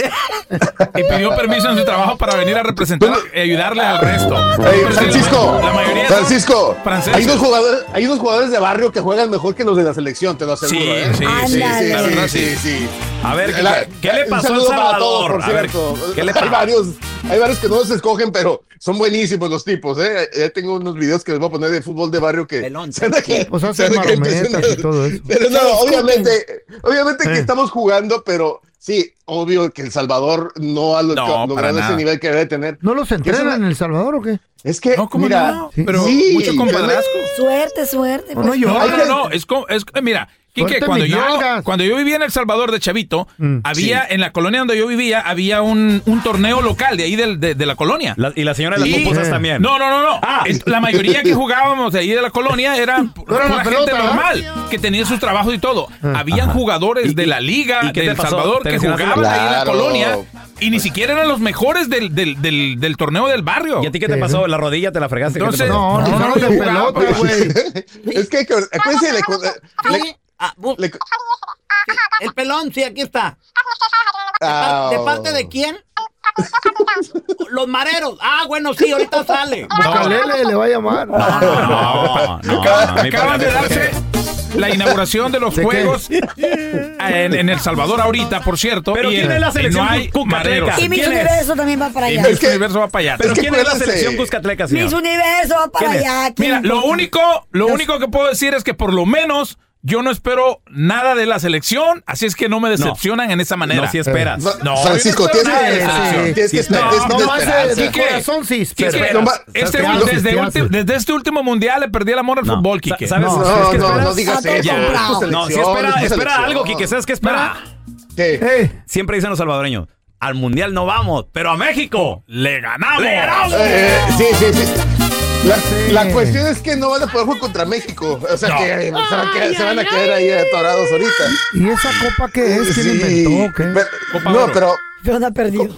Speaker 6: y pidió permiso en su trabajo para venir a representar y ayudarle al resto.
Speaker 9: Ey, Francisco,
Speaker 6: La mayoría son
Speaker 9: Francisco,
Speaker 6: franceses.
Speaker 9: hay unos, jugadores, hay unos jugadores de barrio que juegan mejor que los de la selección, te lo aseguro.
Speaker 2: Sí,
Speaker 9: ¿eh?
Speaker 2: sí, sí, sí, la verdad, sí. A ver, ¿qué-
Speaker 9: La-
Speaker 2: qué le
Speaker 9: un
Speaker 2: pasó al
Speaker 9: saludo para
Speaker 2: Salvador?
Speaker 9: todos, por
Speaker 2: A ver,
Speaker 9: cierto.
Speaker 2: ¿qué le
Speaker 9: hay,
Speaker 2: pasó?
Speaker 9: varios, hay varios que no se escogen, pero son buenísimos los tipos. ¿eh? Ya tengo unos videos que les voy a poner de fútbol de barrio que... se han aquí-
Speaker 5: Pues
Speaker 9: se
Speaker 5: hacen
Speaker 9: han aquí
Speaker 5: marometas y
Speaker 9: impresionado.
Speaker 5: todo eso.
Speaker 9: Pero no, obviamente, obviamente que
Speaker 5: Eh.
Speaker 9: estamos jugando, pero sí, obvio que El Salvador no ha lo-
Speaker 5: No, para
Speaker 9: logrado ese
Speaker 5: nada.
Speaker 9: nivel que debe tener.
Speaker 5: ¿No los entrenan
Speaker 9: una-
Speaker 5: en El Salvador o qué?
Speaker 9: Es que, mira, sí.
Speaker 6: pero mucho compadrazgo.
Speaker 4: Suerte, suerte.
Speaker 2: Pues
Speaker 4: pues.
Speaker 6: No, no, no, no, es como, es, eh, mira, Quique,
Speaker 4: Suelten
Speaker 6: cuando
Speaker 4: mis
Speaker 6: yo,
Speaker 4: nalgas.
Speaker 6: cuando yo vivía en El Salvador de Chavito,
Speaker 2: Mm.
Speaker 6: había,
Speaker 2: Sí.
Speaker 6: en la colonia donde yo vivía, había un, un torneo local de ahí del- de, de la colonia.
Speaker 2: La- y la señora de las pupusas también. Ah,
Speaker 6: No, no, no, no. Ent- La mayoría que jugábamos de ahí de la colonia eran
Speaker 2: era
Speaker 6: pura
Speaker 2: la
Speaker 6: gente
Speaker 2: pelota, Ah.
Speaker 6: normal, que tenía sus trabajos y todo. Habían
Speaker 2: Ajá.
Speaker 6: jugadores de la liga
Speaker 2: y qué
Speaker 6: de
Speaker 2: te
Speaker 6: El
Speaker 2: pasó?
Speaker 6: Salvador
Speaker 2: ¿Te
Speaker 6: que
Speaker 2: lesionaste?
Speaker 6: jugaban ahí en la
Speaker 2: Claro.
Speaker 6: colonia y ni siquiera eran los mejores del, del, del, del torneo del barrio.
Speaker 2: ¿Y a ti qué te pasó? ¿La rodilla te la fregaste? ¿Qué te
Speaker 6: Entonces,
Speaker 2: pasó?
Speaker 6: no, no, no, yo jugaba, pues.
Speaker 9: Es que, que- acuérdense, le, le-
Speaker 14: Ah, bu-
Speaker 9: le-
Speaker 14: el pelón, sí, aquí está.
Speaker 9: Ah,
Speaker 2: Oh.
Speaker 14: ¿De parte de quién? Los mareros. Ah, bueno, sí, ahorita sale.
Speaker 5: Bucalele le va a llamar.
Speaker 2: Ah, No, no, no, no, mi
Speaker 6: Acaban de
Speaker 2: padre.
Speaker 6: darse la inauguración de los Juegos eh, en, en El Salvador ahorita, por cierto.
Speaker 2: Pero
Speaker 6: y
Speaker 2: ¿quién
Speaker 6: en-
Speaker 2: es la
Speaker 6: y
Speaker 2: selección
Speaker 6: no hay
Speaker 2: cucatleca?
Speaker 6: maderos.
Speaker 4: Y Miss
Speaker 2: ¿Quién es?
Speaker 4: Universo también va para
Speaker 6: Y
Speaker 4: allá.
Speaker 6: Miss Universo va para allá.
Speaker 2: ¿Pero quién es la
Speaker 6: acuérdense-
Speaker 2: selección cuscatleca, señor?
Speaker 4: Miss Universo va para allá. ¿quién
Speaker 6: Mira, lo
Speaker 4: importa?
Speaker 6: único, lo único que puedo decir es que por lo menos yo no espero nada de la selección, así es que no me decepcionan en esa manera.
Speaker 2: No, sí esperas.
Speaker 6: No, no,
Speaker 9: Francisco,
Speaker 6: yo no
Speaker 9: tienes que-
Speaker 6: espero nada de la
Speaker 9: sí,
Speaker 6: selección.
Speaker 9: tienes que esperar, tienes que
Speaker 6: No,
Speaker 9: esperar.
Speaker 6: no,
Speaker 9: Esperanza.
Speaker 6: Quique,
Speaker 9: De corazón sí
Speaker 6: Quique,
Speaker 9: esperas. No,
Speaker 6: este-
Speaker 9: ¿sabes qué?
Speaker 6: desde,
Speaker 9: ¿Qué
Speaker 6: ulti-
Speaker 9: haces?
Speaker 6: desde este último mundial le perdí el amor al fútbol, Quique.
Speaker 2: ¿Sabes?
Speaker 6: No,
Speaker 2: ¿Sabes qué esperas?
Speaker 6: Ya.
Speaker 2: No, sí espera, espera algo, Quique. ¿Sabes qué espera? Eh, Siempre dicen los salvadoreños, al mundial no vamos, pero a México le ganamos.
Speaker 9: Eh, sí, sí, sí. La, la cuestión es que no van a poder jugar contra México. O sea
Speaker 6: No.
Speaker 9: que eh, se van a quedar, se van a quedar ahí atorados ahorita.
Speaker 5: ¿Y esa copa qué es? ¿Quién
Speaker 9: Sí.
Speaker 5: inventó o qué?
Speaker 9: no, pero. ¿Eh?
Speaker 4: Yo anda perdido.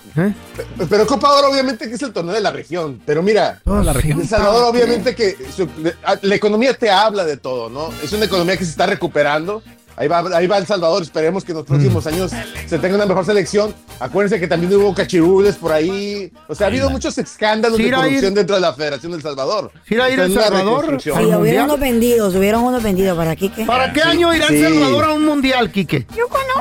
Speaker 9: Pero Copa Oro, obviamente, que es el torneo de la región. Pero mira,
Speaker 5: la
Speaker 9: El Salvador, obviamente, que su- la- la economía te habla de todo, ¿no? Es una economía que se está recuperando. Ahí va, ahí va El Salvador. Esperemos que en los
Speaker 5: Mm.
Speaker 9: próximos años se tenga una mejor selección. Acuérdense que también hubo cachirules por ahí. O sea, ha habido muchos escándalos
Speaker 5: Sí,
Speaker 9: de
Speaker 5: irá a ir-
Speaker 9: corrupción dentro de la Federación del Salvador.
Speaker 5: Sí, irá a ir
Speaker 9: Está en
Speaker 5: El
Speaker 9: una
Speaker 5: Salvador
Speaker 4: Sí,
Speaker 9: reconstrucción.
Speaker 4: hubieron unos vendidos, hubieron unos vendidos para aquí. ¿qué?
Speaker 5: ¿Para qué año irá El
Speaker 9: Sí.
Speaker 5: Salvador a un mundial, Quique?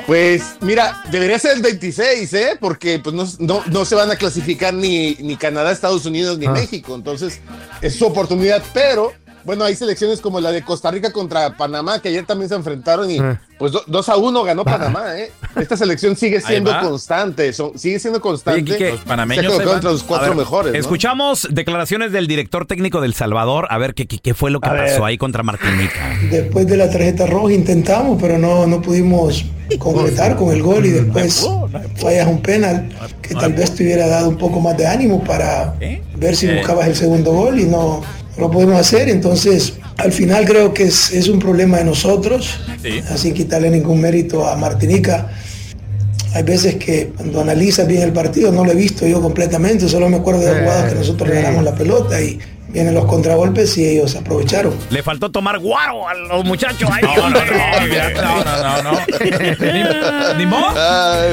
Speaker 9: Pues mira, debería ser el 26, ¿eh? Porque pues no, no, no se van a clasificar ni, ni Canadá, Estados Unidos, ni
Speaker 5: Ah.
Speaker 9: México. Entonces, es su oportunidad, pero bueno, hay selecciones como la de Costa Rica contra Panamá, que ayer también se enfrentaron y
Speaker 5: Ah.
Speaker 9: pues 2 a 1 ganó Panamá, ¿eh? Esta selección sigue siendo
Speaker 2: va.
Speaker 9: constante, son- sigue siendo constante.
Speaker 2: Quique,
Speaker 9: eh, se
Speaker 2: ahí
Speaker 9: colocó
Speaker 2: van.
Speaker 9: entre los
Speaker 2: A
Speaker 9: cuatro
Speaker 2: ver,
Speaker 9: mejores. ¿no?
Speaker 2: Escuchamos declaraciones del director técnico del Salvador. A ver qué, qué- qué fue lo que pasó ahí contra Martinica.
Speaker 15: Después de la tarjeta roja intentamos, pero no, no pudimos concretar con el gol y después fallas un penal que tal vez te hubiera dado un poco más de ánimo para ver si
Speaker 16: Eh.
Speaker 15: buscabas el segundo gol y no, no lo pudimos hacer. Entonces, al final creo que es, es un problema de nosotros, así quitarle ningún mérito a Martinica. Hay veces que cuando analizas bien el partido, no lo he visto yo completamente, solo me acuerdo de jugadas que nosotros regalamos la pelota y vienen los contragolpes y ellos aprovecharon.
Speaker 2: Le faltó tomar guaro a los muchachos. Ay,
Speaker 6: No, no, no, no, no, no. Ni- ¿Ni modo?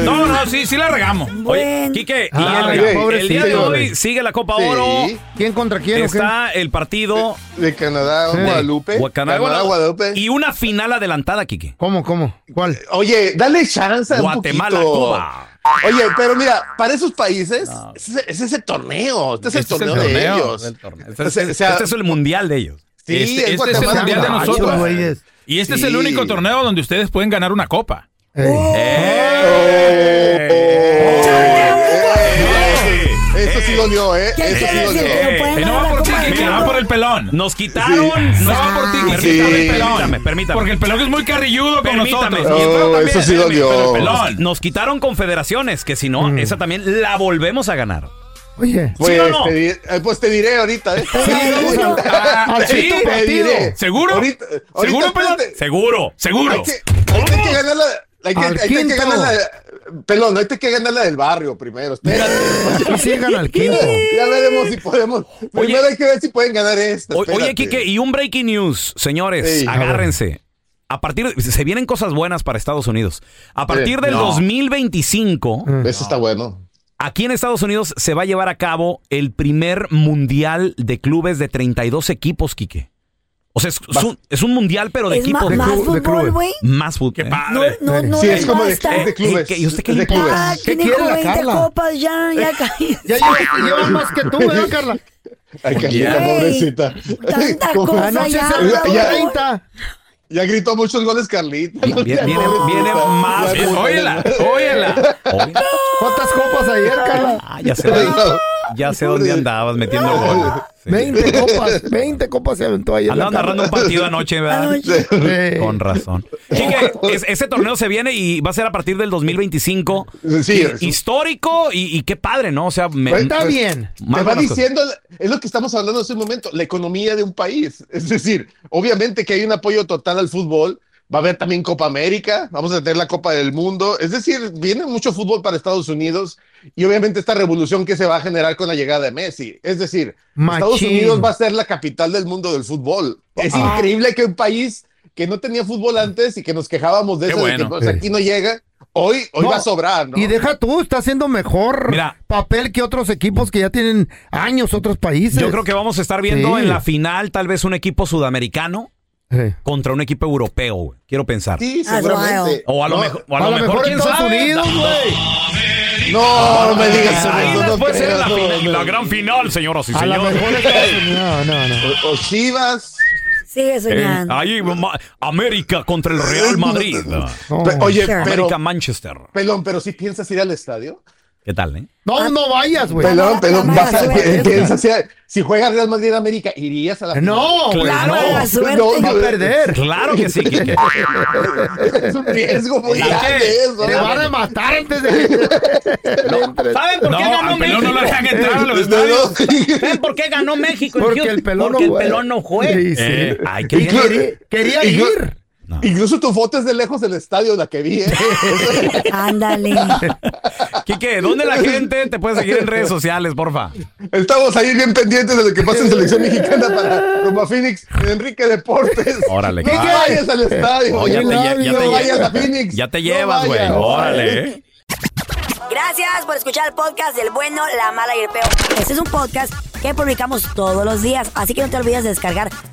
Speaker 6: No, no, sí, sí la regamos.
Speaker 2: Oye, Quique, y
Speaker 6: Ah,
Speaker 2: el-
Speaker 6: güey,
Speaker 2: el, día de
Speaker 6: pobrecito,
Speaker 2: hoy
Speaker 6: güey.
Speaker 2: sigue la Copa
Speaker 6: Sí.
Speaker 2: Oro.
Speaker 5: ¿Quién contra quién? o qué?
Speaker 2: Está el partido
Speaker 9: de Canadá, Guadalupe.
Speaker 2: Gua- Canadá,
Speaker 9: Canadá,
Speaker 2: Guadalupe. Y una final adelantada, Quique.
Speaker 5: ¿Cómo, cómo? ¿Cuál?
Speaker 9: Oye, dale chance a un
Speaker 2: Guatemala,
Speaker 9: poquito.
Speaker 2: Cuba.
Speaker 9: Oye, pero mira, para esos países es, ese- es ese torneo. Este es el, torneo, de ellos.
Speaker 2: Este,
Speaker 9: O sea, o sea,
Speaker 2: este es el mundial de ellos.
Speaker 9: Sí,
Speaker 6: este
Speaker 9: es
Speaker 6: este es el
Speaker 9: Guatemala.
Speaker 6: mundial de
Speaker 9: Ay,
Speaker 6: nosotros.
Speaker 9: güeyes.
Speaker 6: Y este es
Speaker 9: Sí.
Speaker 6: el único torneo donde ustedes pueden ganar una copa. Eh,
Speaker 9: Eso sí dolió, ¿eh?
Speaker 6: ¿Qué
Speaker 9: Eso sí
Speaker 6: quiere
Speaker 9: dolió.
Speaker 6: decir? ¿Que no pueden Eh, no
Speaker 9: Oh,
Speaker 6: ganar va la por ti, Copa del que- que Mundo? va por el pelón.
Speaker 2: Nos quitaron. Nos
Speaker 6: No, por ti,
Speaker 2: quitaron.
Speaker 6: que quitaron el
Speaker 2: Permítame,
Speaker 6: pelón.
Speaker 2: permítame, permítame.
Speaker 6: Porque el pelón es muy carrilludo con
Speaker 2: Permítame.
Speaker 6: nosotros.
Speaker 2: Y el pelón también,
Speaker 9: Oh, eso sí
Speaker 2: pero el
Speaker 9: dolió.
Speaker 2: pelón. Nos quitaron confederaciones, que si no, esa también la volvemos a ganar.
Speaker 9: Oye, pues, te, di- eh, pues te diré ahorita, ¿eh?
Speaker 6: ¿sí?
Speaker 9: Te diré.
Speaker 6: ¿Seguro?
Speaker 9: Ahorita- ahorita
Speaker 6: ¿Seguro, pelón?
Speaker 9: espérate.
Speaker 2: Seguro, seguro.
Speaker 9: Hay que, hay que- hay que ganar la. Hay que,
Speaker 6: Al
Speaker 9: hay que
Speaker 6: quinto.
Speaker 9: ganar la. Pelón, hay que ganar la del barrio primero. espérate.
Speaker 8: Y sí gana el quinto.
Speaker 9: Ya veremos si podemos. primero hay que ver si pueden ganar esta.
Speaker 2: O- oye,
Speaker 9: espérate.
Speaker 2: Kike, y un breaking news, señores,
Speaker 9: Sí.
Speaker 2: agárrense. A partir de- se vienen cosas buenas para Estados Unidos. A partir del
Speaker 9: No.
Speaker 2: 2025,
Speaker 9: Eso está bueno.
Speaker 2: aquí en Estados Unidos se va a llevar a cabo el primer mundial de clubes de 32 equipos, Quique. O sea, es, es un, es un mundial, pero de
Speaker 4: Es ma-
Speaker 2: equipos.
Speaker 4: más
Speaker 2: de
Speaker 4: fútbol,
Speaker 2: clubes.
Speaker 4: güey.
Speaker 2: Más fútbol. Qué
Speaker 4: padre. No, no, no, Sí, es como de- basta. es de clubes.
Speaker 2: ¿Y usted qué
Speaker 4: Es
Speaker 2: le
Speaker 4: de clubes. Ah,
Speaker 2: ¿Qué
Speaker 4: tiene
Speaker 2: quiere
Speaker 4: como
Speaker 2: la
Speaker 4: 20
Speaker 2: Carla?
Speaker 4: copas, ya, ya caí.
Speaker 5: Ya lleva- lleva más que tú, ¿verdad, Carla?
Speaker 9: Ay, Carlita,
Speaker 5: Yeah.
Speaker 9: pobrecita.
Speaker 5: Tanta
Speaker 9: ¿Cómo?
Speaker 5: cosa, Anoche ya, se- por
Speaker 9: ya-
Speaker 5: favor.
Speaker 9: ya gritó muchos goles, Carlita.
Speaker 2: Viene, viene- viene más.
Speaker 9: Pobrecita.
Speaker 2: Óyela,
Speaker 6: óyela.
Speaker 5: ¿Cuántas copas ayer, Carla?
Speaker 2: Ah, ya sé, dónde- ya sé dónde andabas metiendo gol.
Speaker 5: 20 copas, 20 copas se aventó ayer.
Speaker 2: Andaban
Speaker 5: la Carla.
Speaker 2: narrando un partido anoche, ¿verdad?
Speaker 5: Anoche.
Speaker 2: Con razón. Quique, es- ese torneo se viene y va a ser a partir del 2025.
Speaker 9: Sí,
Speaker 2: Y- histórico y, y qué padre, ¿no? O sea, me,
Speaker 9: Pues,
Speaker 2: Más
Speaker 9: Te va
Speaker 2: buenas cosas.
Speaker 9: diciendo, es lo que estamos hablando hace un momento, la economía de un país. Es decir, obviamente que hay un apoyo total al fútbol. Va a haber también Copa América, vamos a tener la Copa del Mundo. Es decir, viene mucho fútbol para Estados Unidos y obviamente esta revolución que se va a generar con la llegada de Messi. Es decir, Estados
Speaker 8: Machín.
Speaker 9: Unidos va a ser la capital del mundo del fútbol. Es
Speaker 8: Ah.
Speaker 9: increíble que un país que no tenía fútbol antes y que nos quejábamos de
Speaker 8: Qué
Speaker 9: eso, de que
Speaker 8: bueno.
Speaker 9: pues, aquí no llega, hoy, hoy
Speaker 8: No,
Speaker 9: va a sobrar, ¿no?
Speaker 8: Y deja tú, está haciendo mejor papel que otros equipos que ya tienen años, otros países.
Speaker 2: Yo creo que vamos a estar viendo
Speaker 8: Sí.
Speaker 2: en la final tal vez un equipo sudamericano contra un equipo europeo, güey. Quiero pensar.
Speaker 9: Sí, seguramente.
Speaker 2: O a lo
Speaker 9: No,
Speaker 2: mejor, o a lo mejor, quién
Speaker 9: Estados
Speaker 2: sabe.
Speaker 9: Unidos,
Speaker 2: No,
Speaker 9: güey. No, no me digas eso.
Speaker 2: Ahí
Speaker 9: no, no
Speaker 2: después
Speaker 9: creo,
Speaker 2: es la,
Speaker 9: no,
Speaker 2: final-
Speaker 9: no.
Speaker 2: la gran final, señoras y
Speaker 9: A lo
Speaker 2: señores.
Speaker 9: mejor Estados No, no, no. O, o Chivas.
Speaker 4: Sigue
Speaker 2: Eh, ahí, ma- América contra el Real Madrid.
Speaker 9: Pe- oye, Sure. pero-
Speaker 2: América Manchester.
Speaker 9: Pelón, pero si piensas ir al estadio.
Speaker 2: ¿Qué tal, eh?
Speaker 8: No, no vayas, güey.
Speaker 9: Pelón, pelón,
Speaker 8: No,
Speaker 9: vas a-
Speaker 8: no, no, no.
Speaker 9: piensas ir a- si juega Real Madrid América, irías a la
Speaker 8: No,
Speaker 9: final?
Speaker 8: güey, Claro, no. la suerte va a perder. Claro que sí, Quique.
Speaker 9: es un riesgo muy
Speaker 8: ¿Qué?
Speaker 9: grande eso.
Speaker 8: Te van a matar antes de que.
Speaker 2: ¿Saben por qué
Speaker 8: No,
Speaker 2: ganó
Speaker 8: al pelón
Speaker 2: México?
Speaker 8: no lo dejan entrar a los
Speaker 9: este
Speaker 2: ¿Saben por qué ganó México? en
Speaker 8: Porque el
Speaker 2: Houston?
Speaker 8: pelón no
Speaker 2: Porque el
Speaker 8: juega.
Speaker 2: pelón no juega.
Speaker 8: Sí, sí.
Speaker 2: Eh, ay, qué
Speaker 9: Inclu-
Speaker 2: bien.
Speaker 9: inclu- Incluso tu foto es de lejos del estadio, la que vi. ¿eh?
Speaker 4: Ándale.
Speaker 2: Quique, ¿dónde la gente te puede seguir en redes sociales, porfa?
Speaker 9: Estamos ahí bien pendientes de lo que pasa en selección mexicana para Roma Phoenix, Enrique Deportes.
Speaker 2: Órale,
Speaker 9: no
Speaker 2: Quique.
Speaker 9: vayas al estadio.
Speaker 2: Oh, ya te lle- ya
Speaker 9: no
Speaker 2: te lle-
Speaker 9: vayas a Phoenix.
Speaker 2: Ya te llevas, güey.
Speaker 9: vayas.
Speaker 2: Órale, eh.
Speaker 4: Gracias por escuchar el podcast del bueno, la mala y el peor. Este es un podcast que publicamos todos los días, así que no te olvides de descargar